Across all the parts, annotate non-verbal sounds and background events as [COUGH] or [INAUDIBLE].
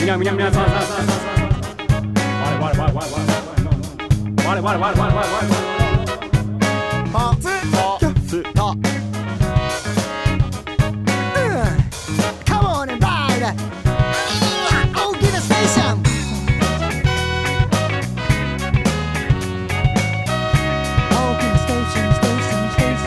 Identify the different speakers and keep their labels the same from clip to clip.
Speaker 1: 皆皆皆さんさんさんさんさん我我我我我我我我我我我我
Speaker 2: ポツポキャストうんカモンバイ大きなステーション大きなステーションステーションステー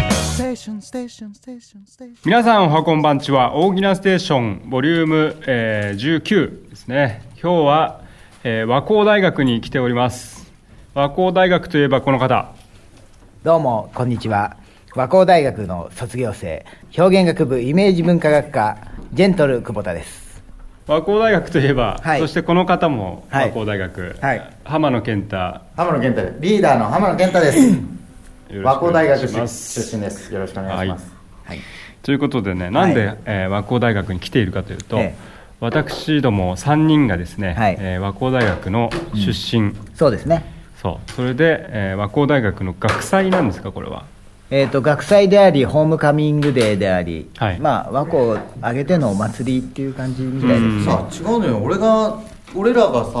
Speaker 2: ションステーションステーションステーションステーション
Speaker 1: 皆さんおはこんばんちは大喜なステーションボリューム、えー19ですね今日は、えー和光大学に来ております和光大学といえばこの方
Speaker 3: どうも、こんにちは。和光大学の卒業生、表現学部イメージ文化学科、ジェントル久保田です。
Speaker 1: 和光大学といえば、
Speaker 3: はい
Speaker 1: そしてこの方も
Speaker 3: はい
Speaker 1: 和光大学、
Speaker 3: はい
Speaker 1: 浜野健太よ
Speaker 4: 浜野健太ですリーダーの浜野健太です
Speaker 1: ろしく
Speaker 4: 和
Speaker 1: お願
Speaker 4: 光大
Speaker 1: い
Speaker 4: 学
Speaker 1: しま
Speaker 4: 出
Speaker 1: す
Speaker 4: 出身ですよろしくお願いします、
Speaker 3: はい。
Speaker 1: ということでねなんで、
Speaker 3: はい
Speaker 1: えー和光大学に来ているかというと、
Speaker 3: ええ
Speaker 1: 私ども3人がですね、
Speaker 3: はい
Speaker 1: えー和光大学の出身、
Speaker 3: そうですね。
Speaker 1: そうそれで、えー和光大学の学祭なんですかこれは
Speaker 3: えっ、と、学祭であり、ホームカミングデーであり、
Speaker 1: はい
Speaker 3: まあ、和光を挙げてのお祭りっていう感じみたいですね。
Speaker 4: さあ違うのよ俺が俺らがさ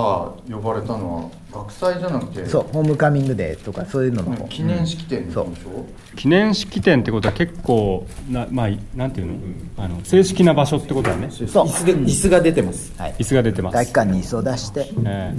Speaker 4: 呼ばれたのは学祭じゃなくて
Speaker 3: そう、ホームカミングデーとか、そういうのの方。
Speaker 4: 記念式典でしょ、
Speaker 3: うん
Speaker 1: 記念式典ってことは結構な,、まあ、なんていうの,、あの正式な場所ってことだね
Speaker 3: そう。
Speaker 5: 子で椅子が出てます
Speaker 3: はい
Speaker 1: 椅。子が出てま
Speaker 3: 体育
Speaker 1: す、
Speaker 3: 館に椅子を出して、
Speaker 1: え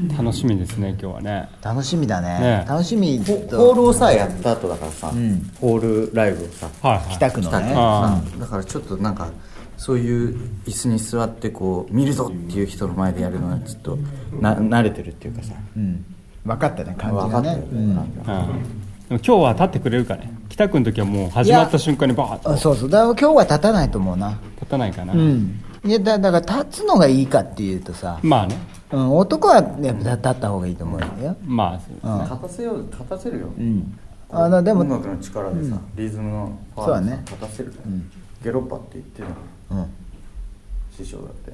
Speaker 1: え楽しみですね今日はね
Speaker 3: 楽しみだね。
Speaker 1: ね
Speaker 3: 楽しみ
Speaker 4: ホホール
Speaker 3: と、
Speaker 4: をさやった後だからさ、
Speaker 3: ん
Speaker 4: ホールライブをさ
Speaker 1: はい、はい、
Speaker 3: 北区のね。
Speaker 1: あ
Speaker 4: だからちょっとなんかそういう椅子に座ってこう見るぞっていう人の前でやるのはちょっとな慣れてるっていうかさ
Speaker 3: うん。分かったね、感
Speaker 4: 分
Speaker 3: じ
Speaker 4: か
Speaker 3: が
Speaker 4: って
Speaker 3: ね。
Speaker 4: るよね、
Speaker 3: うん
Speaker 4: なんか
Speaker 1: あ、うんでも今日は立ってくれるかね北区の時はもう始まった瞬間にバーッと
Speaker 3: あそうそう。だから今日は立たないと思うな。
Speaker 1: 立たないかな、
Speaker 3: うん、いやだだから立つのがいいかっていうとさ、
Speaker 1: まあね
Speaker 3: うん、男はやっぱ立った方がいいと思うんだよ、
Speaker 1: まあそう
Speaker 3: うん
Speaker 4: 勝たせよう勝たせるよ、
Speaker 3: うん、あのでも、
Speaker 4: 音楽の力でさ、リズムのパワーでさ勝たせる、ゲロッパって言ってるの
Speaker 3: うん
Speaker 4: 師匠だって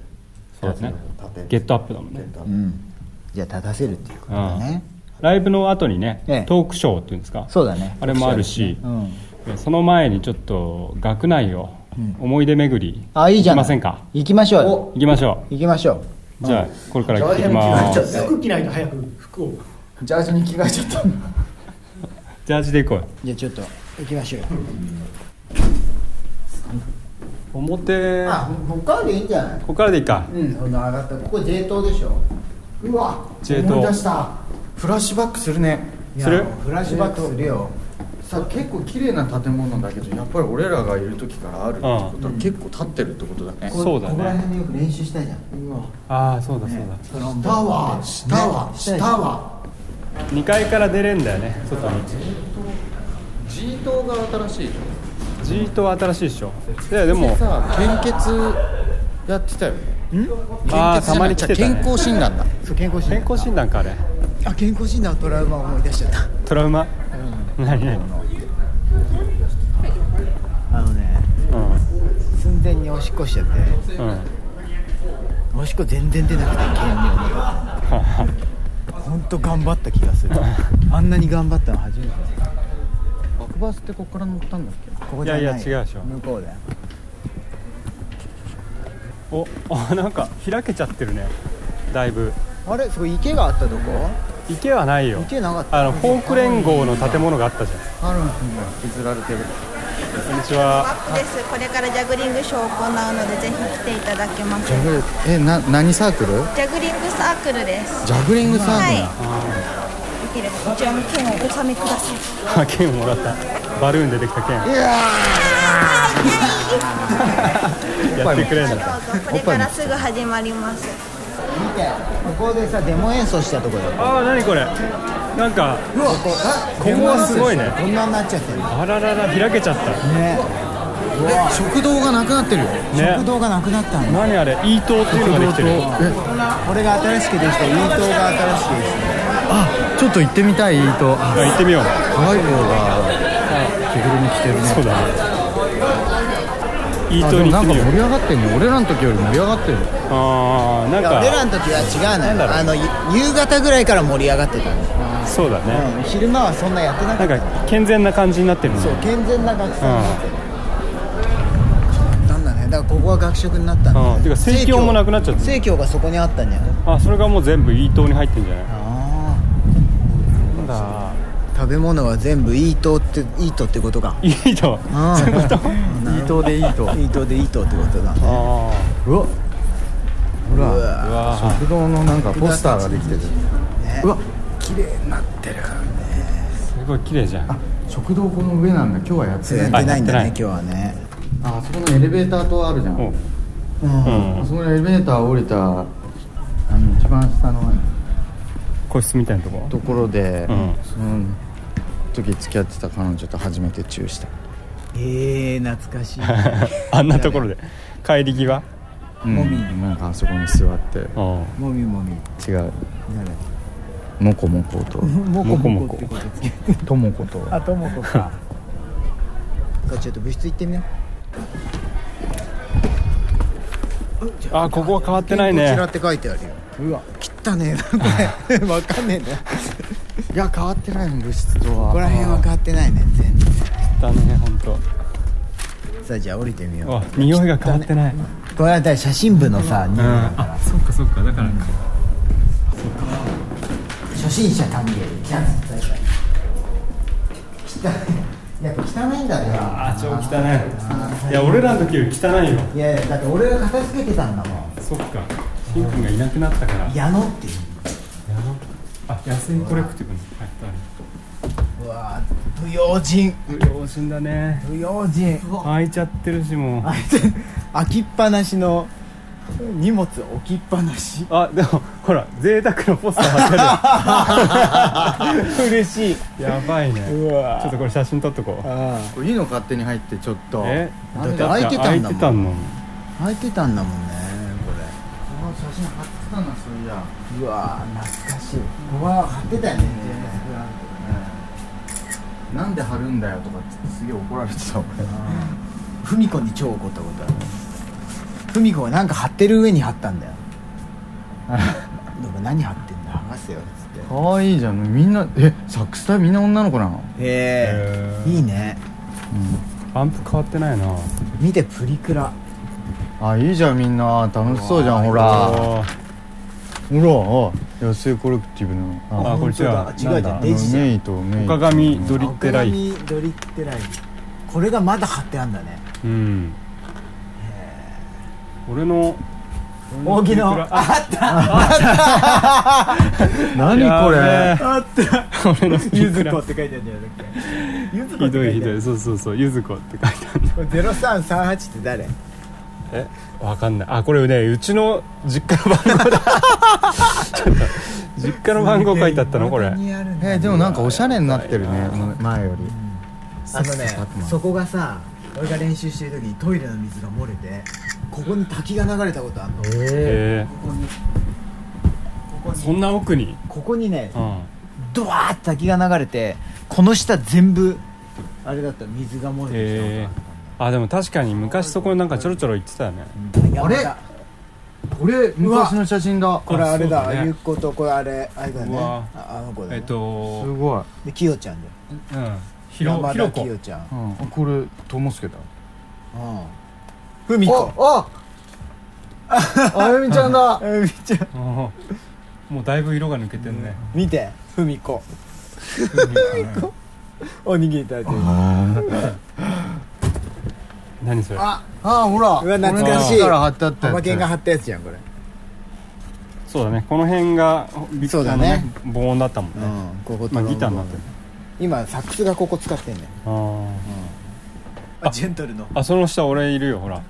Speaker 1: そうですね
Speaker 4: 立て
Speaker 1: ゲットアップだもんね
Speaker 4: ゲットアッ
Speaker 3: う
Speaker 4: プ
Speaker 3: ん、じゃあ立たせるっていうことだね、
Speaker 1: ライブの後にね、
Speaker 3: ええ
Speaker 1: トークショーっていうんですか
Speaker 3: そうだね
Speaker 1: あれもあるし、
Speaker 3: うん、
Speaker 1: その前にちょっと学内を思い出巡り、
Speaker 3: あいいじゃん
Speaker 1: 行きませんか
Speaker 3: 行きましょうよ
Speaker 1: 行きましょ
Speaker 3: 行きましょ
Speaker 1: うじゃあこれから行ってきます
Speaker 5: 服着ないと早く服を
Speaker 4: ジャージに着替えちゃった
Speaker 1: ジャージで行こうよ
Speaker 3: うじゃあちょっと行きましょうよ
Speaker 1: 表こ
Speaker 3: こっからでいいんじゃない
Speaker 1: こからでいいか
Speaker 3: うんそんな上がったここ J 棟でしょうわ
Speaker 1: J 棟
Speaker 3: た
Speaker 4: フラッシュバックするね
Speaker 3: いや
Speaker 1: する
Speaker 3: フラッシュバックするよ
Speaker 4: さ結構綺麗な建物だけどやっぱり俺らがいる時からあるってことは結構立ってるってことだね、
Speaker 1: そうだ
Speaker 3: ここら
Speaker 1: ね
Speaker 3: 辺でよく練習したいじゃん
Speaker 1: ああそうだそうだ、
Speaker 4: 下は下は下は
Speaker 1: 2階から出れんだよね外に
Speaker 4: G 棟が新しいでしょ
Speaker 1: じーっと新しいでしょいやでも
Speaker 4: さあ献血やってたよね献血じゃ
Speaker 1: あ
Speaker 4: な
Speaker 1: ー
Speaker 4: い
Speaker 1: たまに来てたね
Speaker 4: 健康診断だ
Speaker 3: そう健康
Speaker 1: 健康診断かあれ
Speaker 3: あ健康診断トラウマ思い出しちゃった
Speaker 1: トラウマ、何何
Speaker 3: あのね
Speaker 1: うん
Speaker 3: 寸前におしっこしちゃって
Speaker 1: うん
Speaker 3: おしっこ全然出なくて軽量に本当頑張った気がするあんなに頑張ったの初めて
Speaker 4: 爆バスってここから乗ったんだっけ
Speaker 3: ここじゃない
Speaker 1: いやいや違うでしょ
Speaker 3: 向こうだよ
Speaker 1: おあなんか開けちゃってるねだいぶ
Speaker 3: あれそこ池があったとこ
Speaker 1: 池はないよ
Speaker 3: 池なかった
Speaker 1: あのフォーク連合の建物があったじゃん
Speaker 4: ハロン君が引きずられてる
Speaker 1: こんにちは
Speaker 6: アップです。これからジャグリングショーを行うので、ぜひ来ていただけます。ジ
Speaker 4: えな何サークル
Speaker 6: ャグリングサークルです。
Speaker 4: ジャグリングサー
Speaker 6: は
Speaker 4: クル、。
Speaker 6: いできればこちらの券をお納めください。
Speaker 1: あ剣もらったバルーンでできた剣やってくれんだ
Speaker 6: どうぞこれからすぐ始まります。
Speaker 3: 見てここでさデモ演奏したとこだよ
Speaker 1: ああ何これなんか
Speaker 3: うわ
Speaker 1: こ
Speaker 3: ここ
Speaker 1: こはすごいね
Speaker 3: こんなになっちゃってるね
Speaker 1: あららら開けちゃった
Speaker 3: うわ
Speaker 4: 食堂がなくなってるよ
Speaker 3: 食
Speaker 1: ね
Speaker 3: 堂がなくなったんだ
Speaker 1: 何あれイートーっていうのができてる
Speaker 3: これが新しくできた優等が新しくできた
Speaker 4: あちょっと行ってみたいと
Speaker 1: あ行ってみよう
Speaker 4: 怖い方が着ぐるみ着てるね
Speaker 1: そうだねイー
Speaker 4: あ
Speaker 1: ト
Speaker 4: で
Speaker 1: ー
Speaker 4: も
Speaker 1: に行って
Speaker 4: なんか
Speaker 1: みよう
Speaker 4: 盛り上がってんね俺らの時より盛り上がってる
Speaker 1: ああなん
Speaker 3: いや俺ら
Speaker 1: か
Speaker 3: の時は違うの
Speaker 1: だ
Speaker 3: よ
Speaker 1: ろう
Speaker 3: あのゆ夕方ぐらいから盛り上がってたの
Speaker 1: そうだね
Speaker 3: うん昼間はそんなやってなか
Speaker 1: な
Speaker 3: っ
Speaker 1: ん
Speaker 3: た
Speaker 1: か健全な感じになってるね
Speaker 3: そう健全な学生になってる、なんだねだからここは学食になったんだ
Speaker 1: あーてか生協もなくなっちゃった
Speaker 3: 生協がそこにあったんじゃない
Speaker 1: あそれがもう全部イートーに入ってんじゃない
Speaker 3: あ
Speaker 1: なんだ
Speaker 3: ー食べ物は全部イートーってイートってことか
Speaker 1: イートー
Speaker 3: あー
Speaker 1: そういうこと
Speaker 4: 伊藤でいいと
Speaker 3: イートーでイートーってことだ
Speaker 1: あ
Speaker 4: うわほ
Speaker 3: う
Speaker 4: ら
Speaker 1: あう
Speaker 3: わ
Speaker 1: わ
Speaker 4: 食堂のなんかポスターができてる
Speaker 3: ね
Speaker 4: うわ綺麗になってる
Speaker 1: ーすごい綺麗じゃん
Speaker 4: 食堂この上なんだ今日はやって
Speaker 3: やっ
Speaker 4: ない
Speaker 3: てないんだね
Speaker 1: はい
Speaker 3: 今日はね
Speaker 4: ああそこのエレベーターとあるじゃん
Speaker 1: おうう
Speaker 4: あ
Speaker 1: ん
Speaker 4: そこのエレベーター降りたあの一番下の
Speaker 1: 個室みたいなとこと
Speaker 4: ころで、
Speaker 1: うん
Speaker 4: その時付き合ってた彼女と初めてチューした
Speaker 3: えー、懐かしい
Speaker 1: あんなところで帰り際
Speaker 4: もみ、なんかあそこに座って
Speaker 1: うん
Speaker 3: もみもみ
Speaker 4: 違うもこもこと
Speaker 3: も
Speaker 1: こもこって
Speaker 3: こと
Speaker 4: ともこ
Speaker 3: [LAUGHS]
Speaker 4: と
Speaker 3: あともこかちょっと部室行ってみよ
Speaker 1: あここは変わっ
Speaker 3: う
Speaker 1: てない
Speaker 3: こち
Speaker 1: ね
Speaker 3: らって書いてあるようわ切ったね [LAUGHS] えなこれわかんねえない
Speaker 4: や変わってないの物質とは
Speaker 3: ここら辺は変わってないね全然
Speaker 1: だね本当。
Speaker 3: さあじゃあ降りてみよう
Speaker 1: あ匂いが変わってない
Speaker 3: これはだから写真部のさ匂いだから
Speaker 1: そっかそっかだから
Speaker 3: 初心者歓迎キャンセル大会汚いやっぱ汚いんだね
Speaker 1: あ超汚いいや俺らの時より汚いよ
Speaker 3: いやいやだって俺が片付けてたんだもん
Speaker 1: そっかしんくんがいなくなったからや
Speaker 3: 矢野ってい
Speaker 1: ばあ野生コレクティブに入ったね
Speaker 3: ううわー不用心
Speaker 1: 不良心だね
Speaker 3: 不用心
Speaker 1: 開いちゃってるしもう
Speaker 3: あいつ [LAUGHS] 開きっぱなしの荷物置きっぱなし
Speaker 1: あでもほら贅沢のポスター貼
Speaker 3: 嬉しい
Speaker 1: ってるやばいね
Speaker 3: うわ
Speaker 1: ちょっとこれ写真撮っとこう
Speaker 3: あ
Speaker 4: いいの勝手に入ってちょっと
Speaker 1: え
Speaker 3: だって開いてたんだも
Speaker 1: 開い
Speaker 3: ん
Speaker 1: てたの
Speaker 3: あ開いてたんだもんねこれ
Speaker 4: この写真貼ってたなそういや
Speaker 3: うわー懐かしいここは貼ってたよね
Speaker 4: なんで貼るんだよとかってすげえ怒られてた俺
Speaker 3: ふみこに超怒ったことあるふみこがなんか貼ってる上に貼ったんだ
Speaker 4: [LAUGHS]
Speaker 3: よ「なんか何貼ってんだ剥がせよ」っつって
Speaker 4: 可愛いじゃんみんなえサックス隊みんな女の子なの
Speaker 3: へえ
Speaker 1: へえ
Speaker 3: いいね
Speaker 1: アンプ変わってないな
Speaker 3: 見てプリクラ
Speaker 4: あいいじゃんみんな楽しそうじゃんほらほ
Speaker 1: あ
Speaker 4: らあ野生コレクティブの
Speaker 1: あこれ違う
Speaker 3: 本当だ違うじゃ
Speaker 1: なん
Speaker 3: ん
Speaker 1: だ
Speaker 3: デジじゃん
Speaker 4: メイとメイ
Speaker 1: 岡上ドリッテライ
Speaker 3: にドリッテライこれがまだ貼ってあんだね
Speaker 1: うん俺の
Speaker 3: 大木の
Speaker 1: プリクラ
Speaker 3: あった
Speaker 4: 何これ
Speaker 1: あった俺のプリ
Speaker 3: ゆ
Speaker 1: ク
Speaker 3: ず
Speaker 1: ラ
Speaker 3: こって書いてあるんじゃなくてゆずこっ
Speaker 1: ひ
Speaker 3: て
Speaker 1: ど
Speaker 3: 書
Speaker 1: い
Speaker 3: い
Speaker 1: ひ
Speaker 3: てあ
Speaker 1: ど
Speaker 3: る
Speaker 1: いそうそうそうゆずこって書いてある
Speaker 3: これ0338って誰
Speaker 1: えわかんないあこれねうちの実家の番号だちょっと実家の番号書いてあったのこれ
Speaker 3: 未だにあるんだ
Speaker 4: えでもなんかおしゃれになってるね前より
Speaker 3: あのねそこがさ俺が練習してる時にトイレの水が漏れてここに滝が流れたことあるのこ
Speaker 1: へ
Speaker 3: こに
Speaker 1: えそんな奥に
Speaker 3: ここにね
Speaker 1: うん
Speaker 3: ドワーッて滝が流れてこの下全部あれだった水が漏れて
Speaker 1: へえあでも確かに昔そこになんかちょろちょろ行ってたよね
Speaker 3: きたことある
Speaker 4: あれこれ昔の写真だ
Speaker 3: これあれ
Speaker 1: あ
Speaker 3: だ
Speaker 1: そうだね
Speaker 3: ゆっことこれあれあれだね
Speaker 1: うわ
Speaker 3: ああの子だ
Speaker 1: えっ
Speaker 3: ね
Speaker 4: す
Speaker 1: と
Speaker 4: ごい
Speaker 3: できよちゃんだよ
Speaker 1: うんひろ
Speaker 3: 山
Speaker 1: ひ
Speaker 3: 田
Speaker 1: ろ
Speaker 3: き
Speaker 1: こ
Speaker 3: よちゃん
Speaker 4: うんこれともすけだ
Speaker 3: うんふみこ [LAUGHS]
Speaker 4: あああゆみちゃんだ
Speaker 3: ふみちゃん
Speaker 1: うんもうだいぶ色が抜けてんね
Speaker 3: 見てふみこおにぎり食べてる
Speaker 1: 何それ
Speaker 3: あ
Speaker 4: あほら
Speaker 3: うわ懐かしい
Speaker 4: これから貼ってあった
Speaker 3: お
Speaker 4: やつ
Speaker 3: まけが貼ったやつじゃんこれ
Speaker 1: そうだねこの辺がび
Speaker 3: そうだね
Speaker 1: あの防音だったもん
Speaker 3: う
Speaker 1: ね
Speaker 3: んここ
Speaker 1: まあギターになってる
Speaker 3: 今サックスがここ使ってんね
Speaker 1: あ
Speaker 3: あジェントル
Speaker 1: ー
Speaker 3: の
Speaker 1: あその下俺いるよほら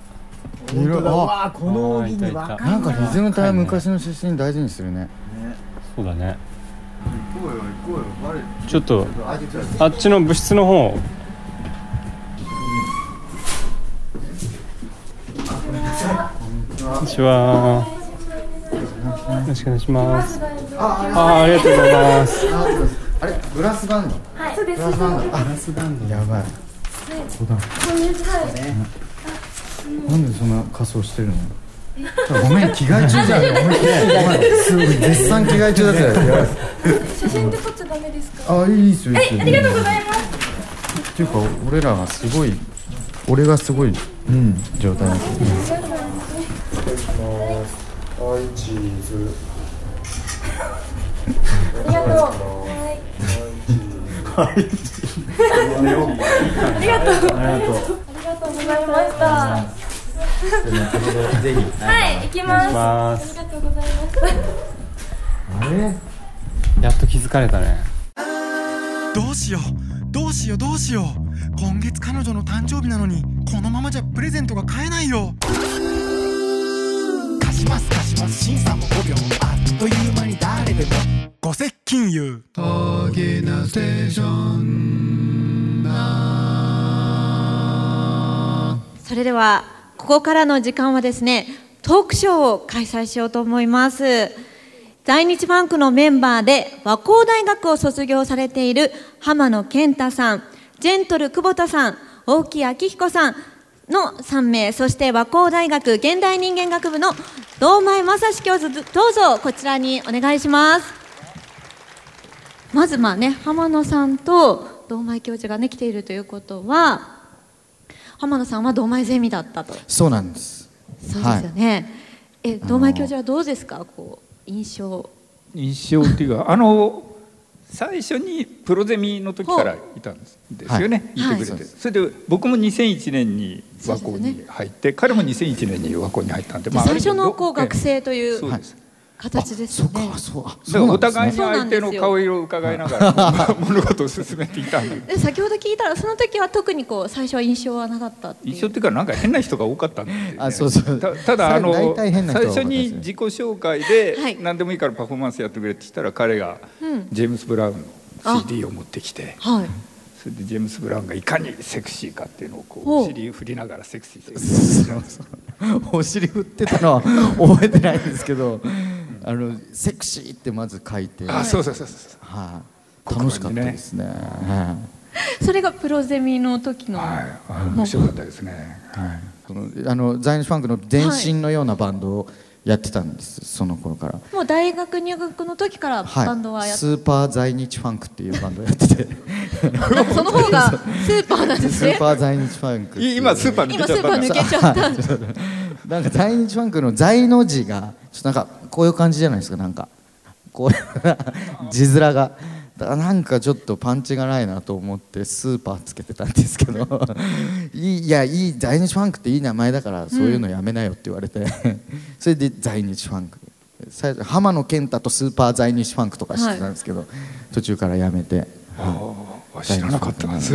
Speaker 3: 本当だ
Speaker 4: あ
Speaker 3: うわあこの
Speaker 1: あー
Speaker 3: 扇
Speaker 1: いたい
Speaker 3: に
Speaker 1: た
Speaker 3: 若い
Speaker 4: なんかリズム隊は昔の写真大事にするね
Speaker 1: そうだね
Speaker 4: 行こうよ行こうよ
Speaker 1: ちょっとあっちの部室の方こんにちはよろしくお願いしますああありがとうございます
Speaker 4: あれブラスバンド
Speaker 7: はい、そうです。
Speaker 4: やばい
Speaker 7: こういうタオル
Speaker 4: なんでそんな仮装してるのごめん着替え中じゃ
Speaker 7: [LAUGHS]
Speaker 4: んごめんすごい絶賛着替え中だったよ
Speaker 7: 写真って撮っちゃダメですか。
Speaker 4: あいいっすよいいっすよ
Speaker 7: ありがとうございます。
Speaker 4: っていうか俺らがすごい俺がすごい
Speaker 2: うん、状態です
Speaker 4: ありがとう。はい。ありがとう。ありがとう。ありがとうございました。はい、行きま。
Speaker 1: ますす
Speaker 4: ありがとうございます。
Speaker 1: やっと気づかれたね
Speaker 7: どうしようどうしようどうしよう今月彼女の誕生日なのにこのままじゃプレゼントが買えないよ貸します貸します審査も5秒あっという間に誰でもご接近言う
Speaker 8: それではここからの時間はですねトークショーを開催しようと思います在日バンクのメンバーで和光大学を卒業されている浜野健太さんジェントル久保田さん大木明彦さんの3名そして和光大学現代人間学部の堂前正史教授どうぞこちらにお願いしますまずまあね浜野さんと堂前教授がね来ているということは浜野さんは堂前ゼミだったと
Speaker 2: そうなんです
Speaker 8: そうですよね、え堂前教授はどうですかこう印象
Speaker 5: 印象っていうかあの最初にプロゼミの時からいたんですですよね、
Speaker 8: はい
Speaker 5: い、てくれ
Speaker 2: はい
Speaker 5: て、それで僕も2001年に和光
Speaker 8: そうです
Speaker 5: に入って、彼も2001年に和光に入ったんで、
Speaker 8: じゃあ最初のこう
Speaker 5: ある
Speaker 8: 学
Speaker 5: 程度
Speaker 8: 生とい
Speaker 5: ええそう
Speaker 8: う
Speaker 5: です、
Speaker 8: 形です
Speaker 2: そ
Speaker 8: よ
Speaker 2: う
Speaker 8: ね
Speaker 2: かそうあ
Speaker 5: だからお
Speaker 2: そうなん
Speaker 5: 互
Speaker 2: です
Speaker 5: い
Speaker 2: ね
Speaker 5: に相手の顔色を伺いながら [LAUGHS] 物事を進めていたんだけど
Speaker 8: で先ほど聞いたらその時は特にこう最初は印象はなかったっていう
Speaker 5: 印象っていうかなんか変な人が多かったんで、ね、
Speaker 2: あそうそう
Speaker 5: たただあの
Speaker 2: 大体変な人が多かっ
Speaker 5: 最
Speaker 2: たです
Speaker 5: 初
Speaker 2: ね
Speaker 5: に自己紹介で
Speaker 8: はい
Speaker 5: 何でもいいからパフォーマンスやってくれって言ったら彼が
Speaker 8: うん
Speaker 5: ジェームス・ブラウン
Speaker 8: あ
Speaker 5: の CD を持ってきて。
Speaker 8: はい
Speaker 5: それでジェームス・ブラウンがいかにセクシーかっていうのを
Speaker 8: ほ
Speaker 5: こ
Speaker 8: う
Speaker 5: う尻振りながらセクシーセクシー
Speaker 2: そうそう [LAUGHS] お尻振ってたのは覚えてないんですけどあのセクシーってまず書いて、
Speaker 5: あそうそうそうそう
Speaker 2: はい、楽しかったですねはい
Speaker 8: それがプロゼミの時の、
Speaker 5: はいあ面白かったですねはい
Speaker 2: そのあの在日ファンクの前身のようなバンドをやってたんです、その頃から、
Speaker 8: もう大学入学の時から
Speaker 2: はい、
Speaker 8: バンドはやっ
Speaker 2: ス
Speaker 8: て、
Speaker 2: ーパー在日ファンクっていうバンドをやって
Speaker 8: [LAUGHS]
Speaker 2: て
Speaker 8: なんかその方がスーパーなんです
Speaker 2: スー
Speaker 8: ね
Speaker 2: パー在日ファンクっていう
Speaker 5: い今スーパー抜け
Speaker 8: 今
Speaker 5: ちゃ
Speaker 8: スーパー抜
Speaker 5: っ
Speaker 8: け
Speaker 5: た
Speaker 8: ちゃったんで
Speaker 2: なんか在日ファンクの在の字がちょっとなんかこういう感じじゃないですかなんかこういう [LAUGHS] 字面がだからなんかちょっとパンチがないなと思ってスーパーつけてたんですけど [LAUGHS] いいいやいい在日ファンクっていい名前だからそういうのやめなよって言われて、それで在日ファンク最初浜野健太とスーパー在日ファンクとかしてたんですけど、途中からやめて
Speaker 5: あ知らなかったです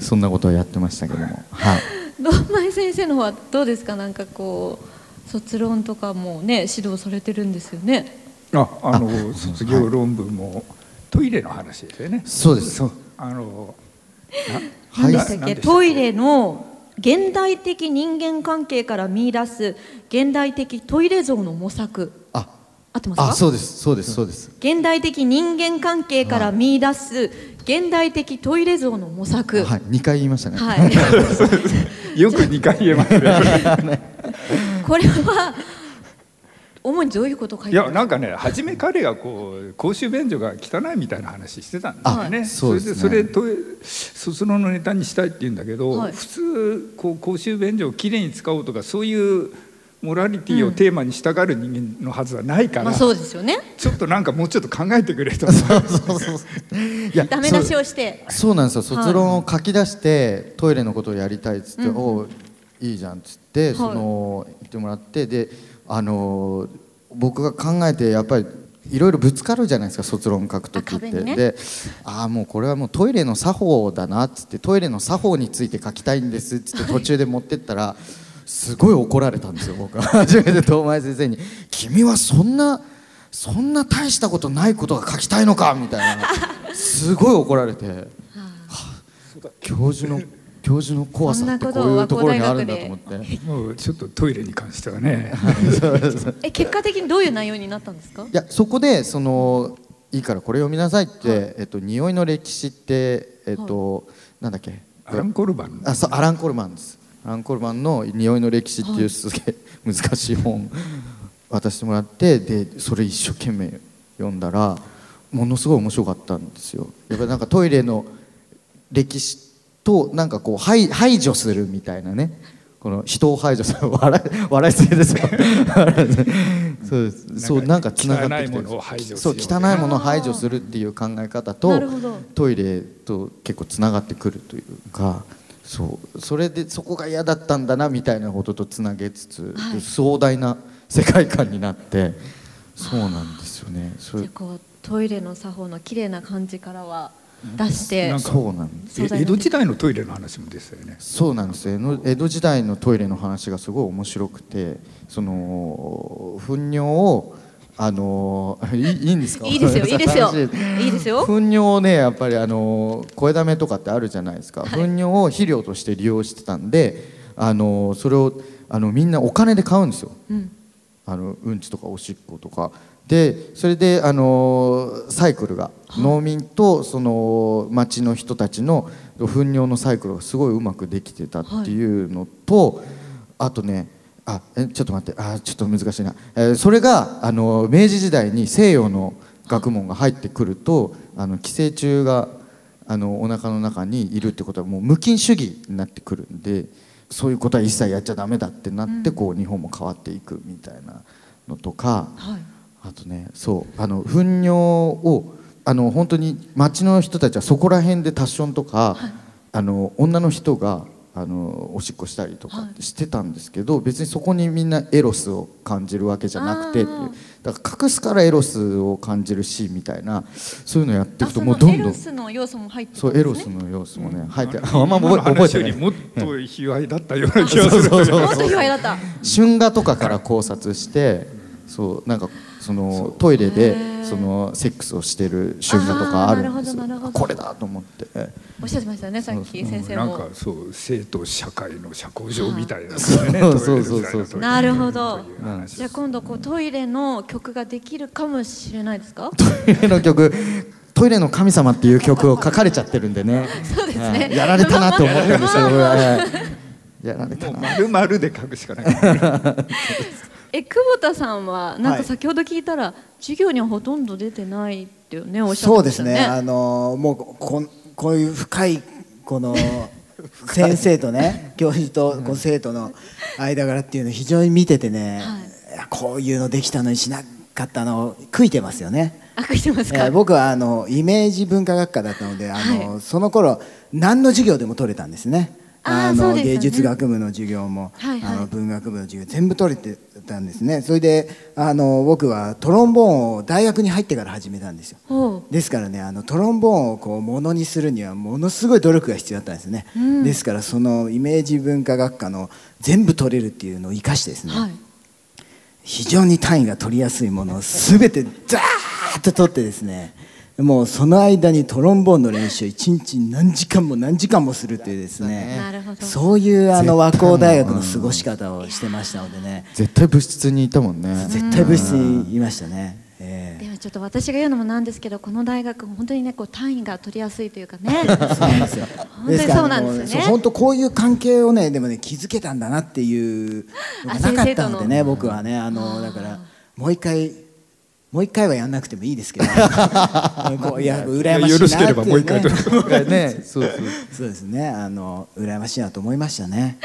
Speaker 2: [LAUGHS] そんなことをやってましたけどもはい
Speaker 8: 堂前先生の方はどうですかなんかこう卒論とかもね指導されてるんですよね
Speaker 5: ああの卒業論文もトイレの話ですよね
Speaker 2: そうです
Speaker 5: そうあの
Speaker 8: 何でした
Speaker 5: 何で
Speaker 8: っけ
Speaker 5: したっけ
Speaker 8: トイレの現代的人間関係から見出す現代的トイレ像の模索
Speaker 2: あ
Speaker 8: 合ってますか
Speaker 2: あそうですそうですそうです
Speaker 8: 現代的人間関係から見出す現代的トイレ像の模索
Speaker 2: はい2回言いましたね
Speaker 8: はい、
Speaker 5: よく2回言えますね
Speaker 8: これは主にどういうことを書い
Speaker 5: い
Speaker 8: て
Speaker 5: や
Speaker 8: る
Speaker 5: なんかね初め彼がこう公衆便所が汚いみたいな話してたんですよね。
Speaker 2: あそうですね
Speaker 5: それでそれと卒論のネタにしたいって言うんだけど、
Speaker 8: はい
Speaker 5: 普通こう公衆便所をきれいに使おうとかそういうモラリティをテーマにしたがる人間のはずはないから、
Speaker 8: まあそうですよね
Speaker 5: ちょっとなんかもうちょっと考えてくれと
Speaker 2: そうそうそういや
Speaker 8: [LAUGHS] ダメ出し
Speaker 2: そう
Speaker 8: をして
Speaker 2: そうなんですよ卒論を書き出してトイレのことをやりたいっつって、おういいじゃんっつって、その言ってもらってであのー僕が考えてやっぱりいろいろぶつかるじゃないですか卒論書くときっ
Speaker 8: あ
Speaker 2: て、
Speaker 8: 壁にね
Speaker 2: でああもうこれはもうトイレの作法だなっつってトイレの作法について書きたいんですっつって途中で持ってったらすごい怒られたんですよ僕は [LAUGHS] 初めて堂前先生に「君はそんなそんな大したことないことが書きたいのか」みたいなすごい怒られて。教授の教授の怖さってこういうところにあるんだと思ってい [LAUGHS]
Speaker 5: もうちょっとトイレに関してはね [LAUGHS]
Speaker 8: え結果的にどういう内容になったんですか
Speaker 2: やそこでそのいいからこれ読みなさいって、えっと匂いの歴史ってえっと、なんだっけ
Speaker 5: アラン・コルバン
Speaker 2: あそうアランコルマンですアランコルマンの匂いの歴史っていうすげえ難しい本渡してもらってでそれ一生懸命読んだらものすごい面白かったんですよやっぱりなんかトイレの歴史となんかこう排排除するみたいなねこの人を排除する [LAUGHS] 笑い笑いすぎですよ [LAUGHS] そうですそうなんかつながってきて
Speaker 5: 汚いものを排除
Speaker 2: そう汚いものを排除するっていう考え方
Speaker 8: な
Speaker 2: と
Speaker 8: るほど
Speaker 2: トイレと結構つながってくるというかそうそれでそこが嫌だったんだなみたいなこととつなげつつ、
Speaker 8: はい
Speaker 2: 壮大な世界観になってそうなんですよねそう
Speaker 8: じゃあこうトイレの作法の綺麗な感じからは出して
Speaker 2: なんかそうなんです
Speaker 8: 壮大な
Speaker 5: 江戸時代のトイレの話もですよね
Speaker 2: そうなんです江戸江戸時代のトイレの話がすごい面白くてその糞尿をあのいいいいんですか
Speaker 8: いい
Speaker 2: [LAUGHS]
Speaker 8: ですよいいですよいいですよ
Speaker 2: 糞尿をねやっぱりあの声だめとかってあるじゃないですか、糞尿を肥料として利用してたんであのそれをあのみんなお金で買うんですよ
Speaker 8: うん
Speaker 2: あのうんちとかおしっことかでそれで、あのーサイクルが農民とその町の人たちの糞尿のサイクルがすごいうまくできてたっていうのと、あとねあえちょっと待ってあちょっと難しいな、えーそれが、あのー明治時代に西洋の学問が入ってくるとあの寄生虫があのお腹の中にいるってことはもう無菌主義になってくるんでそういうことは一切やっちゃダメだってなって、こう日本も変わっていくみたいなのとか、
Speaker 8: はい
Speaker 2: あとねそうあの糞尿をあの本当に町の人たちはそこら辺でタッションとか、あの女の人があのおしっこしたりとかってしてたんですけど、別にそこにみんなエロスを感じるわけじゃなくてっていうだから隠すからエロスを感じるしみたいなそういうのやってい
Speaker 8: あ
Speaker 2: くと
Speaker 8: そ
Speaker 2: も
Speaker 8: の
Speaker 2: うどん
Speaker 8: エ
Speaker 2: ど
Speaker 8: ロ
Speaker 2: ん。
Speaker 8: スの要素も入って
Speaker 2: そうエロスの要素もね、入って、あんま覚え
Speaker 5: 今の話
Speaker 2: 覚え
Speaker 5: より
Speaker 2: てない。
Speaker 5: もっと卑猥だったような気がす
Speaker 2: そう
Speaker 5: る
Speaker 2: そう
Speaker 8: も
Speaker 2: そ
Speaker 8: っと卑猥だった
Speaker 2: 春画とかから考察して、そうなんかそのトイレでそのセックスをしてる春画とかあるんですよ
Speaker 8: あーなるほどなるほど
Speaker 2: これだと思って。
Speaker 8: おっしゃってましたねさっき先生
Speaker 5: なん
Speaker 8: も
Speaker 5: かそう生徒社会の社交場みたいなね [LAUGHS]
Speaker 2: そうそうそうそう
Speaker 5: トイレみたいな
Speaker 8: なるほど
Speaker 2: うん
Speaker 8: じゃあ今度こうトイレの曲ができるかもしれないですか
Speaker 2: トイレの曲。トイレの神様っていう曲を書かれちゃってるんでね。
Speaker 8: そうですね
Speaker 2: はいやられたなと思ったん [LAUGHS] ですよ。
Speaker 8: まあ
Speaker 2: 僕
Speaker 8: ま
Speaker 2: は
Speaker 8: あ
Speaker 2: はいやられた
Speaker 5: もう
Speaker 2: な。
Speaker 5: 丸々で書くしかない
Speaker 8: え久保田さんはなんか先ほど聞いたら、授業にはほとんど出てないっていうねおっしゃ
Speaker 3: そ
Speaker 8: っ
Speaker 3: う
Speaker 8: て
Speaker 3: で
Speaker 8: まし
Speaker 3: す
Speaker 8: た
Speaker 3: ねあ
Speaker 8: ね
Speaker 3: のもうこんこういう深いこの先生とね教授とこう生徒の間柄っていうのを非常に見ててね、いやこういうのできたのにしなかったのを悔いてますよね。
Speaker 8: あ書いてます
Speaker 3: え
Speaker 8: か、
Speaker 3: ー僕はあのイメージ文化学科だったのであの、
Speaker 8: は
Speaker 3: その頃何の授業でも取れたんですね。
Speaker 8: あーそ
Speaker 3: の
Speaker 8: うですよね
Speaker 3: 芸術学部の授業も、
Speaker 8: はいはい
Speaker 3: あの文学部の授業全部取れてたんですねそれであの僕はトロンボーンを大学に入ってから始めたんですよ
Speaker 8: ほ
Speaker 3: ですからねあのトロンボーンをこうものにするにはものすごい努力が必要だったんですね、
Speaker 8: うん
Speaker 3: ですからそのイメージ文化学科の全部取れるっていうのを生かしてです
Speaker 8: う
Speaker 3: ね、
Speaker 8: はい
Speaker 3: 非常に単位が取りやすいものを全てザーッと取ってですねもうその間にトロンボーンの練習を一日何時間も何時間もするっていうです
Speaker 8: なる
Speaker 3: ね
Speaker 8: ほど
Speaker 3: そういうあの和光大学の過ごし方をしてましたのでね
Speaker 2: 絶対物質にいたもんね。
Speaker 3: 絶対部室にいましたね、え
Speaker 8: ではちょっと私が言うのもなんですけどこの大学本当にねこう単位が取りやすいというか [LAUGHS] ね
Speaker 3: えそうなんですよ
Speaker 8: 本当にそ
Speaker 3: で
Speaker 8: うなんですよね
Speaker 3: すからもうそう本当こういう関係をねでもね気づけたんだなっていうのがなかったので
Speaker 8: あ先生
Speaker 3: ね
Speaker 8: との
Speaker 3: 僕はねあのだからもう一回もう一回はやんなくてもいいですけ
Speaker 8: [LAUGHS]
Speaker 3: どこういや羨ましいなっていう、ね、
Speaker 5: 許しければもう一回と
Speaker 2: ね、そうそう。
Speaker 3: そうですね。あの羨ましいなと思いましたね。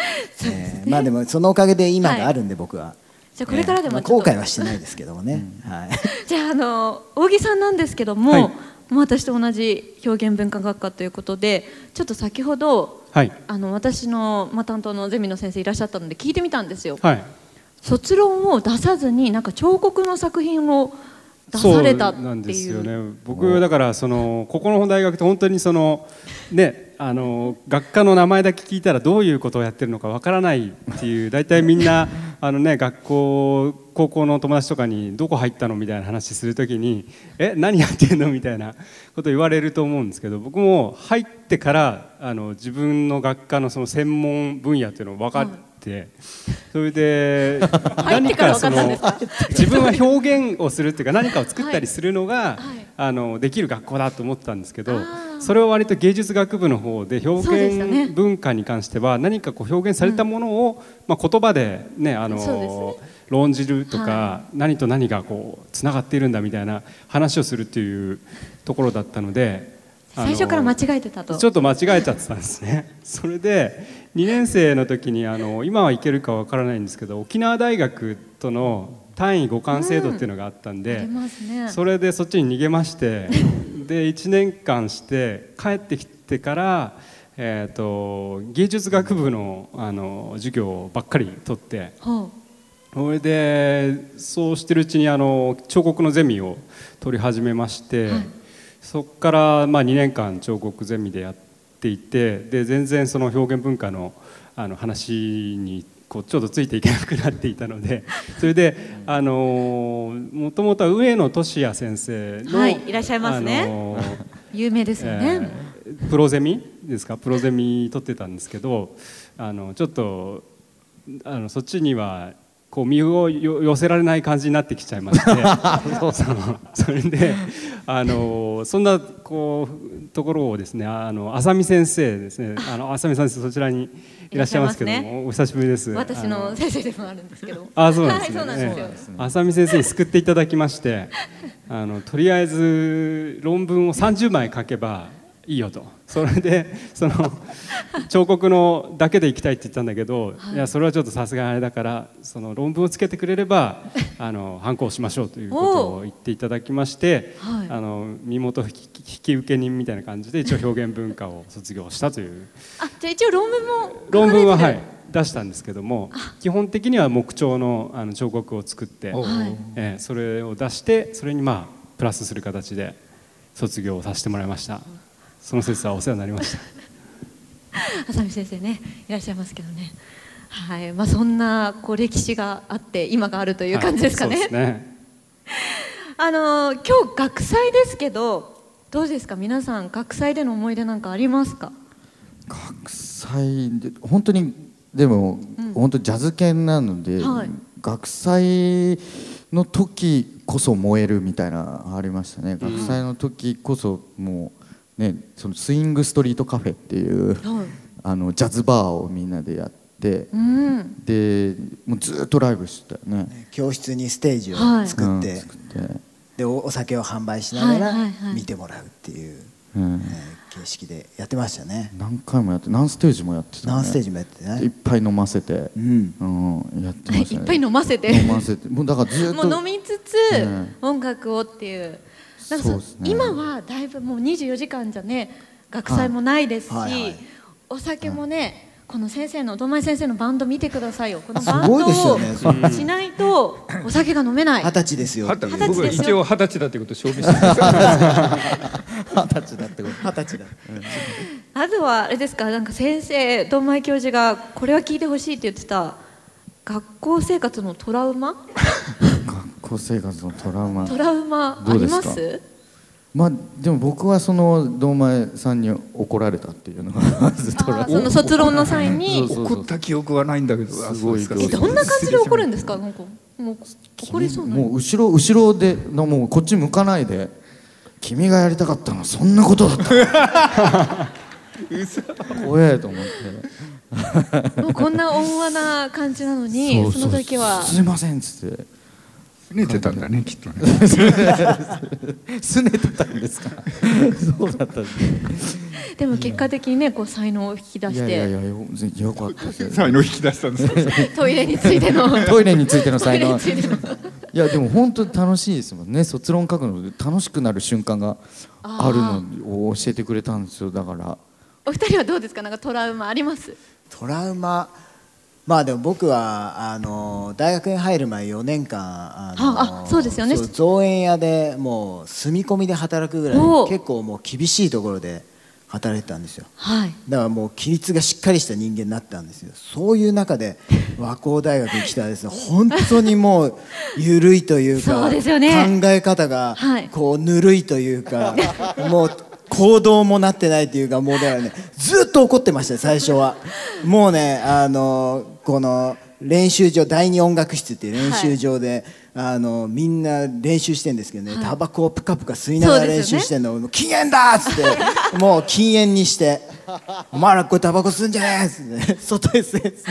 Speaker 3: えーまあでもそのおかげで今があるんで、僕は。
Speaker 8: じゃあこれからでも
Speaker 3: えー
Speaker 8: ちょ
Speaker 3: ま
Speaker 8: っ
Speaker 3: あ
Speaker 8: と
Speaker 3: 後悔はしてないですけどもね。はい。
Speaker 8: じゃああの大木さんなんですけども、
Speaker 1: はい
Speaker 8: もう私と同じ表現文化学科ということでちょっと先ほど
Speaker 1: はい
Speaker 8: あの私の、まあ、担当のゼミの先生いらっしゃったので聞いてみたんですよ、
Speaker 1: はい
Speaker 8: 卒論を出さずになんか彫刻の作品を出されたって
Speaker 1: そ
Speaker 8: いう
Speaker 1: うなんですよね僕だからそのここの大学って本当にそのねあの学科の名前だけ聞いたらどういうことをやってるのかわからないっていう大体みんな [LAUGHS] あのね学校高校の友達とかにどこ入ったのみたいな話するときにえ何やってんのみたいなこと言われると思うんですけど僕も入ってからあの自分の学科のその専門分野っていうのを分かって、それで
Speaker 8: [LAUGHS] 入ってから分かったんですか
Speaker 1: [LAUGHS] 自分は表現をするっていうか何かを作ったりするのが、
Speaker 8: はい
Speaker 1: あのできる学校だと思ったんですけ
Speaker 8: あ
Speaker 1: ど
Speaker 8: ー
Speaker 1: それを割と芸術学部の方で
Speaker 8: そう
Speaker 1: 表
Speaker 8: でしたね
Speaker 1: 現文化に関しては何かこう表現されたものを、まあ、言葉で、ねあ
Speaker 8: そうで
Speaker 1: の論じるとか、何と何がこうつながっているんだみたいな話をするっていうところだったのであの
Speaker 8: 最初から間違えてたと
Speaker 1: ちょっと間違えちゃってたんです
Speaker 8: [LAUGHS]
Speaker 1: ねそれで2年生の時にあの今は行けるかわからないんですけど沖縄大学との単位互換制度っていうのがあったんで、
Speaker 8: ありますね
Speaker 1: それでそっちに逃げまして
Speaker 8: [LAUGHS]
Speaker 1: で1年間して帰ってきてから、えー、と芸術学部のあの授業ばっかり取って
Speaker 8: ほう
Speaker 1: それでそうしてるうちにあの彫刻のゼミを取り始めまして、そこからまあ2年間彫刻ゼミでやっていてで全然その表現文化のあの話にこうちょっとついていけなくなっていたの
Speaker 8: [LAUGHS]
Speaker 1: でそれであのもともとは上野俊也先生の、
Speaker 8: はいいらっしゃいますね
Speaker 1: あのー
Speaker 8: 有名ですよね、
Speaker 1: えープロゼミですかプロゼミ取ってたんですけどあのちょっとあのそっちにはこう身をよ寄せられない感じになってきちゃいまして
Speaker 8: [LAUGHS]
Speaker 1: そのそれであのそんなこうところをですねあの浅見先生ですねあの浅見先生そちらにいらっしゃいますけども
Speaker 8: いらっしゃいますね
Speaker 1: お久しぶりです
Speaker 8: 私の先生でもあるんですけど
Speaker 1: あそうなんですね。
Speaker 8: はい、そうなんですよ、
Speaker 1: ええ浅見先生に救っていただきま
Speaker 8: [LAUGHS]
Speaker 1: して、あのとりあえず論文を30枚書けばいいよと。それでその彫刻のだけで行きたいって言ったんだけど、い、やそれはちょっとさすがにあれだからその論文をつけてくれればあの反抗しましょうということを言っていただきまして、
Speaker 8: はい
Speaker 1: あの身元引き引き受け人みたいな感じで一応表現文化を卒業したという。
Speaker 8: あじゃあ一応論文も書
Speaker 1: 論
Speaker 8: かれてる
Speaker 1: 文は、はい、出したんですけども基本的には木彫のあの彫刻を作って、
Speaker 8: おうはい
Speaker 1: えーそれを出してそれにまあプラスする形で卒業をさせてもらいましたその説はお世話になりました
Speaker 8: 浅見先生ねいらっしゃいますけどねはいまあそんなこう歴史があって今があると [LAUGHS] いう感じですか
Speaker 1: は
Speaker 8: ね,、
Speaker 1: いそうですね
Speaker 8: [LAUGHS] あの今日学祭ですけどどうですか皆さん学祭での思い出なんかありますか
Speaker 2: 祭で本当にでも、
Speaker 8: うん
Speaker 2: 本当ジャズ犬なので、
Speaker 8: はい
Speaker 2: 学祭の時こそ燃えるみたいなありましたね学祭の時こそもうねそのスイングストリートカフェっていう、
Speaker 8: はい
Speaker 2: あのジャズバーをみんなでやって、
Speaker 8: うん
Speaker 2: でもうずっとライブしてたよね
Speaker 3: 教室にステージを
Speaker 2: はい
Speaker 3: 作って,、
Speaker 2: うん作って
Speaker 3: でおお酒を販売しながら
Speaker 8: はいはいはい
Speaker 3: 見てもらうっていう
Speaker 2: うん
Speaker 3: 形式でやってましたね、
Speaker 2: 何回もやって何ステージもやってた、ね、
Speaker 3: 何ステージもやってね
Speaker 2: いっぱい飲ませて、
Speaker 3: うん
Speaker 2: やってました、ね、
Speaker 8: [LAUGHS] いっぱい飲ませて
Speaker 2: 飲ませてもうだからずっ
Speaker 8: もう
Speaker 2: と
Speaker 8: 飲みつつ、
Speaker 2: うん
Speaker 8: 音楽をっていうなんかそ
Speaker 2: そうですね
Speaker 8: 今はだいぶもう24時間じゃね学祭もないですし、
Speaker 3: はいはい
Speaker 8: お酒もね、この先生の堂前先生のバンド見てくださいよこの
Speaker 3: す
Speaker 8: バンド
Speaker 3: ごいですよ
Speaker 8: を
Speaker 3: ね
Speaker 8: しないとお酒が飲めない
Speaker 3: 二十歳ですよ
Speaker 5: は
Speaker 3: って
Speaker 5: た
Speaker 3: いう
Speaker 8: 歳
Speaker 5: 僕は
Speaker 8: ですよ
Speaker 5: 一応二十歳だってことを証明してます
Speaker 2: 二十歳だってこと
Speaker 3: 二十歳だ
Speaker 8: あとはあれですかなんか先生堂前教授がこれは聞いてほしいって言ってた学校生活のトラウマ
Speaker 2: 学校生活のトラウマ
Speaker 8: トラウマあ
Speaker 2: どう
Speaker 8: り
Speaker 2: です
Speaker 8: ま
Speaker 2: か
Speaker 8: す
Speaker 2: まあでも僕はその堂前さんに怒られたっていうのがまずトラ
Speaker 8: あ
Speaker 2: ウ
Speaker 8: そ
Speaker 2: マ
Speaker 8: の卒論の際に
Speaker 2: そうそうそう
Speaker 5: 怒った記憶はないんだけどあ
Speaker 2: すごい
Speaker 5: そう
Speaker 8: え
Speaker 5: ですか
Speaker 8: どんな感じで怒るんですかなんかもう怒りそうな
Speaker 2: もう後ろ後ろでのもうこっち向かないで君がやりたかったのはそんなことだった怖えと思って
Speaker 8: もうこんな温和な感じなのに、
Speaker 2: う
Speaker 8: その時は。
Speaker 2: すいませんっつって [LAUGHS]
Speaker 5: 拗ねてたんだねきっとね
Speaker 2: すねてたん
Speaker 8: [LAUGHS]
Speaker 2: ですかそうだったんです
Speaker 8: でも結果的にね、こう才能を引き出
Speaker 2: い
Speaker 8: し
Speaker 2: やいやい
Speaker 8: て、
Speaker 2: やよよかったです
Speaker 5: 才能引き出したんですよ
Speaker 8: トイレについての。
Speaker 2: [LAUGHS] トイレについての才能
Speaker 8: トイレについての
Speaker 2: いやでも本当に楽しいですもんね卒論書くの楽しくなる瞬間があるのを教えてくれたんですよだから
Speaker 8: お二人はどうですか、なんかトラウマあります。
Speaker 3: トラウマまあでも僕はあの大学に入る前4年間あの
Speaker 8: ああそうですよね
Speaker 3: そう造園屋でもう住み込みで働くぐらい
Speaker 8: おお
Speaker 3: 結構もう厳しいところで働いてたんですよ
Speaker 8: はい。
Speaker 3: だからもう規律がしっかりした人間になったんですよそういう中で和光大学に来たらですね本当にもう緩いというか
Speaker 8: そうですよね
Speaker 3: 考え方が
Speaker 8: はい
Speaker 3: こうぬるいという
Speaker 8: [LAUGHS]
Speaker 3: か、もう行動もなってないというかもうだからねずっと怒ってましたよ最初はもうねあのこの練習場第二音楽室っていう練習場で、あのみんな練習してんですけどね、タバコをプカプカ吸いながら練習してんの、もう禁煙だっつってもう禁煙にして「お前らこれタバコ吸うんじゃねえ!」っつって外へ吸えっつって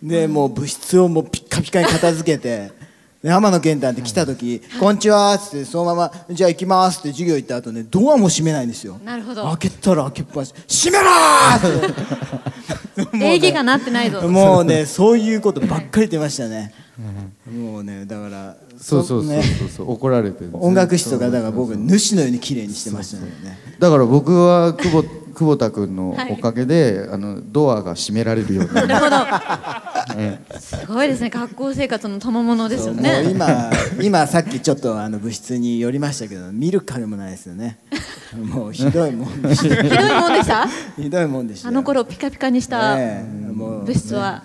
Speaker 3: でもう部室をもうピッカピカに片付けてで浜野健太って来た時「こんにちは」っつってそのまま「じゃあ行きます」って授業行った後ねドアも閉めないんですよ
Speaker 8: なるほど
Speaker 3: 開けたら開けっぱなし「閉めろー!」ってもうね
Speaker 8: [LAUGHS] 礼儀がなってないぞ
Speaker 3: もうねそういうことばっかり出ましたねもうねだから
Speaker 2: そうそうそう
Speaker 3: ね
Speaker 2: そうそう怒られてるんですよ
Speaker 3: 音楽室とかだから僕主のように綺麗にしてましたね
Speaker 2: だから僕は久保久保田君のおかげで、あのドアが閉められる
Speaker 3: [LAUGHS]
Speaker 2: ようになる
Speaker 8: なるほ
Speaker 2: [LAUGHS]
Speaker 8: ど
Speaker 2: ええ
Speaker 8: すごいですね学校生活の賜物ですよ
Speaker 3: もう
Speaker 8: ね
Speaker 3: 今今さっきちょっとあの部室に寄りましたけど見る影もないですよねもうひどいもんでした
Speaker 8: ひどいもんで
Speaker 2: [LAUGHS]
Speaker 8: した
Speaker 3: ひどいもんでした
Speaker 8: あの頃ピカピカにした
Speaker 3: ええもう
Speaker 8: 部室は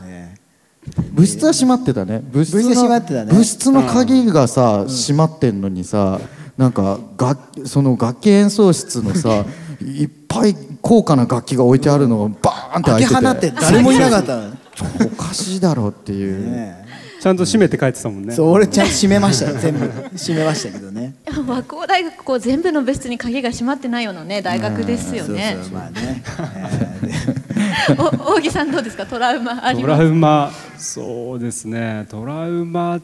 Speaker 2: 部室は閉まってたね部室の
Speaker 3: 部室は閉まってたね
Speaker 2: 部室の鍵がさ、閉まってんのにさなんかがその楽器演奏室の
Speaker 3: [LAUGHS]
Speaker 2: さいっぱい高価な楽器が置いてあるのがバーンって開いてて
Speaker 3: 開け放って誰もいなかったの
Speaker 2: おかしいだろうっていう、
Speaker 1: [LAUGHS] ちゃんと閉めて帰ってたもんね
Speaker 3: そう俺ちゃんと閉めましたよ全部閉めましたけどね
Speaker 8: 和光大学こう全部の部室に鍵が閉まってないようなね大学ですよね
Speaker 3: そうそうまあね
Speaker 8: お大木さんどうですかトラウマあり
Speaker 1: ト
Speaker 8: ま
Speaker 1: ラ
Speaker 8: す
Speaker 1: ウマそうですねトラウマ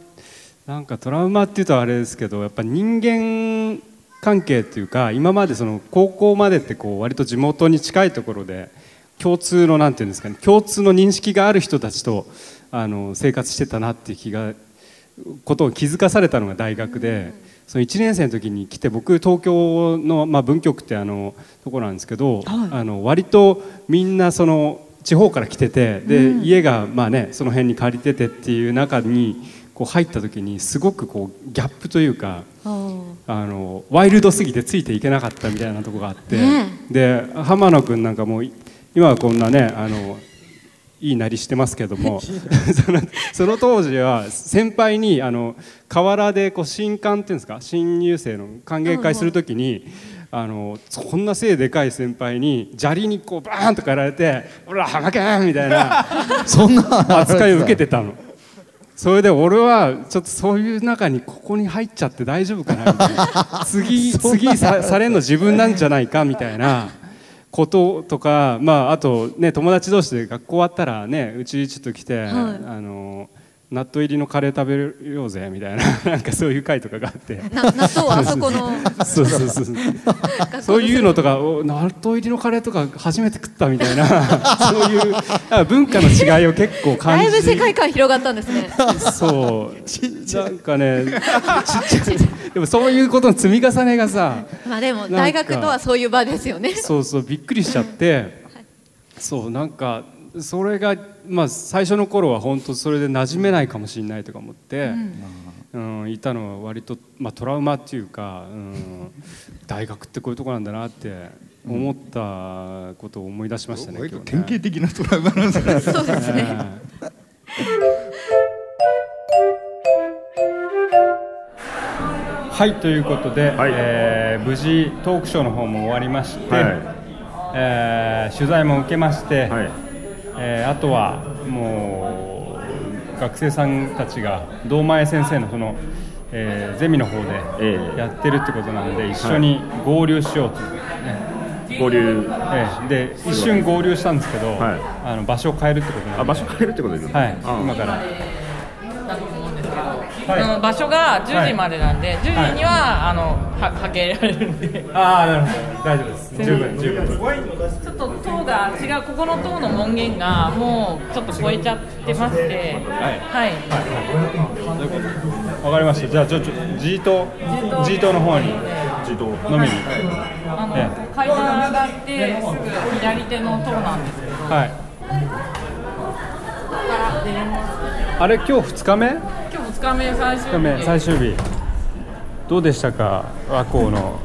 Speaker 1: なんかトラウマっていうとあれですけどやっぱ人間関係っていうか今までその高校までってこう割と地元に近いところで共通のなんていうんですかね共通の認識がある人たちとあの生活してたなっていう気がことを気づかされたのが大学で、その1年生の時に来て僕東京の、まあ、文京区ってあのところなんですけど、あの割とみんなその地方から来ててで、家がまあ、ね、その辺に借りててっていう中にこう入った時にすごくこうギャップというか。あのワイルドすぎてついていけなかったみたいなとこがあって、
Speaker 8: ね
Speaker 1: で浜野君なんかもうい今はこんなねあのいいなりしてますけども [LAUGHS] そのその当時は先輩にあの河原でこう新刊っていうんですか新入生の歓迎会するときに。あのこんな背でかい先輩に砂利にこうバーンとかやられて「ほらはまけん!」みたいな
Speaker 2: そんな
Speaker 1: 扱いを受けてたの [LAUGHS] それで俺はちょっとそういう中にここに入っちゃって大丈夫かなみたい [LAUGHS] な次次さされんの自分なんじゃないかみたいなこととか、まあ、あと、ね、友達同士で学校終わったらねうちちょっと来て、あの納豆入りのカレー食べようぜみたいななんかそういう会とかがあって。
Speaker 8: な納豆はあそこの
Speaker 1: [LAUGHS] そうそうそうそうそういうのとかお納豆入りのカレーとか初めて食ったみ
Speaker 8: [LAUGHS]
Speaker 1: たいなそういうあ文化の違いを結構感
Speaker 8: だ
Speaker 1: じ
Speaker 8: いぶ世界観広がったんですね
Speaker 1: そうなんかねちっちゃいでもそういうことの積み重ねがさ
Speaker 8: まあでも大学とはそういう場で
Speaker 9: [LAUGHS]
Speaker 8: すよね
Speaker 1: そうそうびっくりしちゃってそうなんかそれがまあ最初の頃は本当それで馴染めないかもしれないとか思って、うんいたのは割と、まあ、トラウマっていうか、うん、大学ってこういうとこなんだなって思ったことを思い出しましたね。
Speaker 5: 割と
Speaker 1: 今日
Speaker 5: 典
Speaker 1: ね
Speaker 5: 型的なトラウマなんですね
Speaker 8: そうですね
Speaker 1: はいということで、えー無事トークショーの方も終わりまして、えー取材も受けまして、えーあとはもう学生さんたちが堂前先生のその、えーゼミの方でやってるってことなので、一緒に合流しようと、
Speaker 10: 合流
Speaker 1: えーで一瞬合流したんですけど、あの場所を変えるってことな
Speaker 10: あ
Speaker 1: の
Speaker 10: 場
Speaker 1: で
Speaker 10: 所変えるってことです
Speaker 1: はい
Speaker 10: ああ
Speaker 1: 今から
Speaker 9: だと思うんですけど、
Speaker 1: い
Speaker 9: あの場所が10時までなんで、10時には、あのは派遣られるんで
Speaker 1: ああなるほど大丈夫です十分十分
Speaker 9: ちょっと塔が違うここの塔の門限がもうちょっと超えちゃってまして
Speaker 1: はい
Speaker 9: はい、
Speaker 1: わかりました。じゃあちょちょ G 棟 G 棟の方に G 棟飲みに。
Speaker 9: あの
Speaker 1: え
Speaker 9: 階段上がってすぐ左手の塔なんですけど
Speaker 1: えはい。
Speaker 9: 出れます
Speaker 1: あれ今日2日目
Speaker 9: 今日2日目最終
Speaker 1: 2日目最終日どうでしたか和光の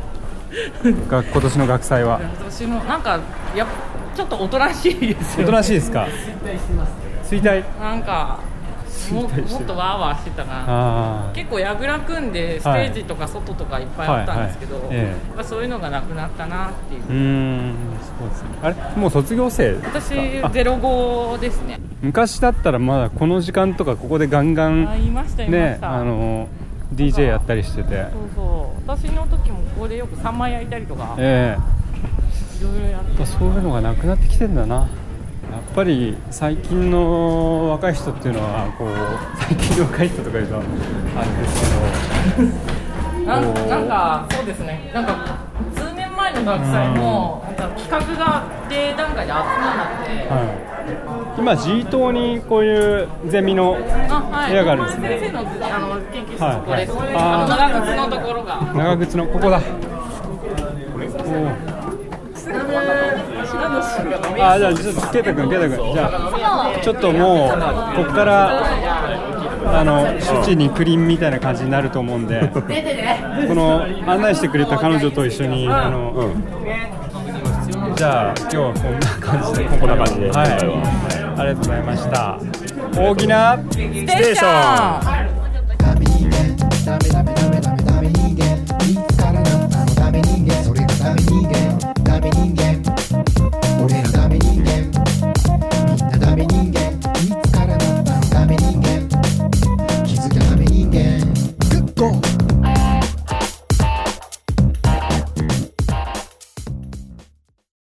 Speaker 1: が今年の学祭は
Speaker 9: 私もなんかやっぱちょっとおとなしいです
Speaker 1: お
Speaker 9: よ
Speaker 1: となしいですか衰退
Speaker 9: なんかももっとわーわーしてたな
Speaker 1: あ
Speaker 9: 結構やぐら組んでステージとか外とかいっぱいあったんですけど、
Speaker 1: はいはいええ
Speaker 9: やっぱそういうのがなくなったなっていう
Speaker 1: あうーんそうですねあれもう卒業生
Speaker 9: 私05ですね
Speaker 1: 昔だったらまだこの時間とかここでガンガ
Speaker 9: あい
Speaker 1: ン
Speaker 9: ましたいま
Speaker 1: ね
Speaker 9: した、
Speaker 1: あの DJ やったりしてて
Speaker 9: そうそう私の時もここでよく三枚焼いたりとかい
Speaker 1: ええ
Speaker 9: ろいろやって
Speaker 1: そういうのがなくなってきてんだな。やっぱり最近の若い人っていうのはこう最近の若い人とか言うとあれですけど
Speaker 8: なんなんかそうですねなんか数年前の学祭もなんか企画が定段階で集まらなくて、
Speaker 1: はい、今 G 棟にこういうゼミの部
Speaker 8: あはい
Speaker 1: 屋があるんですね
Speaker 8: 先生のあの研究室
Speaker 1: はい
Speaker 8: そこです、
Speaker 1: はい
Speaker 8: あ
Speaker 1: あー
Speaker 8: の長靴のところが
Speaker 1: 長靴のここだあじゃあちょっとケイタ君ケイタ君じゃあちょっともうここからあの処置にクリンみたいな感じになると思うんで
Speaker 8: 出てね
Speaker 1: この案内してくれた彼女と一緒にあの、じゃあ今日はこんな感じでこんな感じで、はい、ありがとうございました大きなス
Speaker 8: テーション
Speaker 3: ダメダメ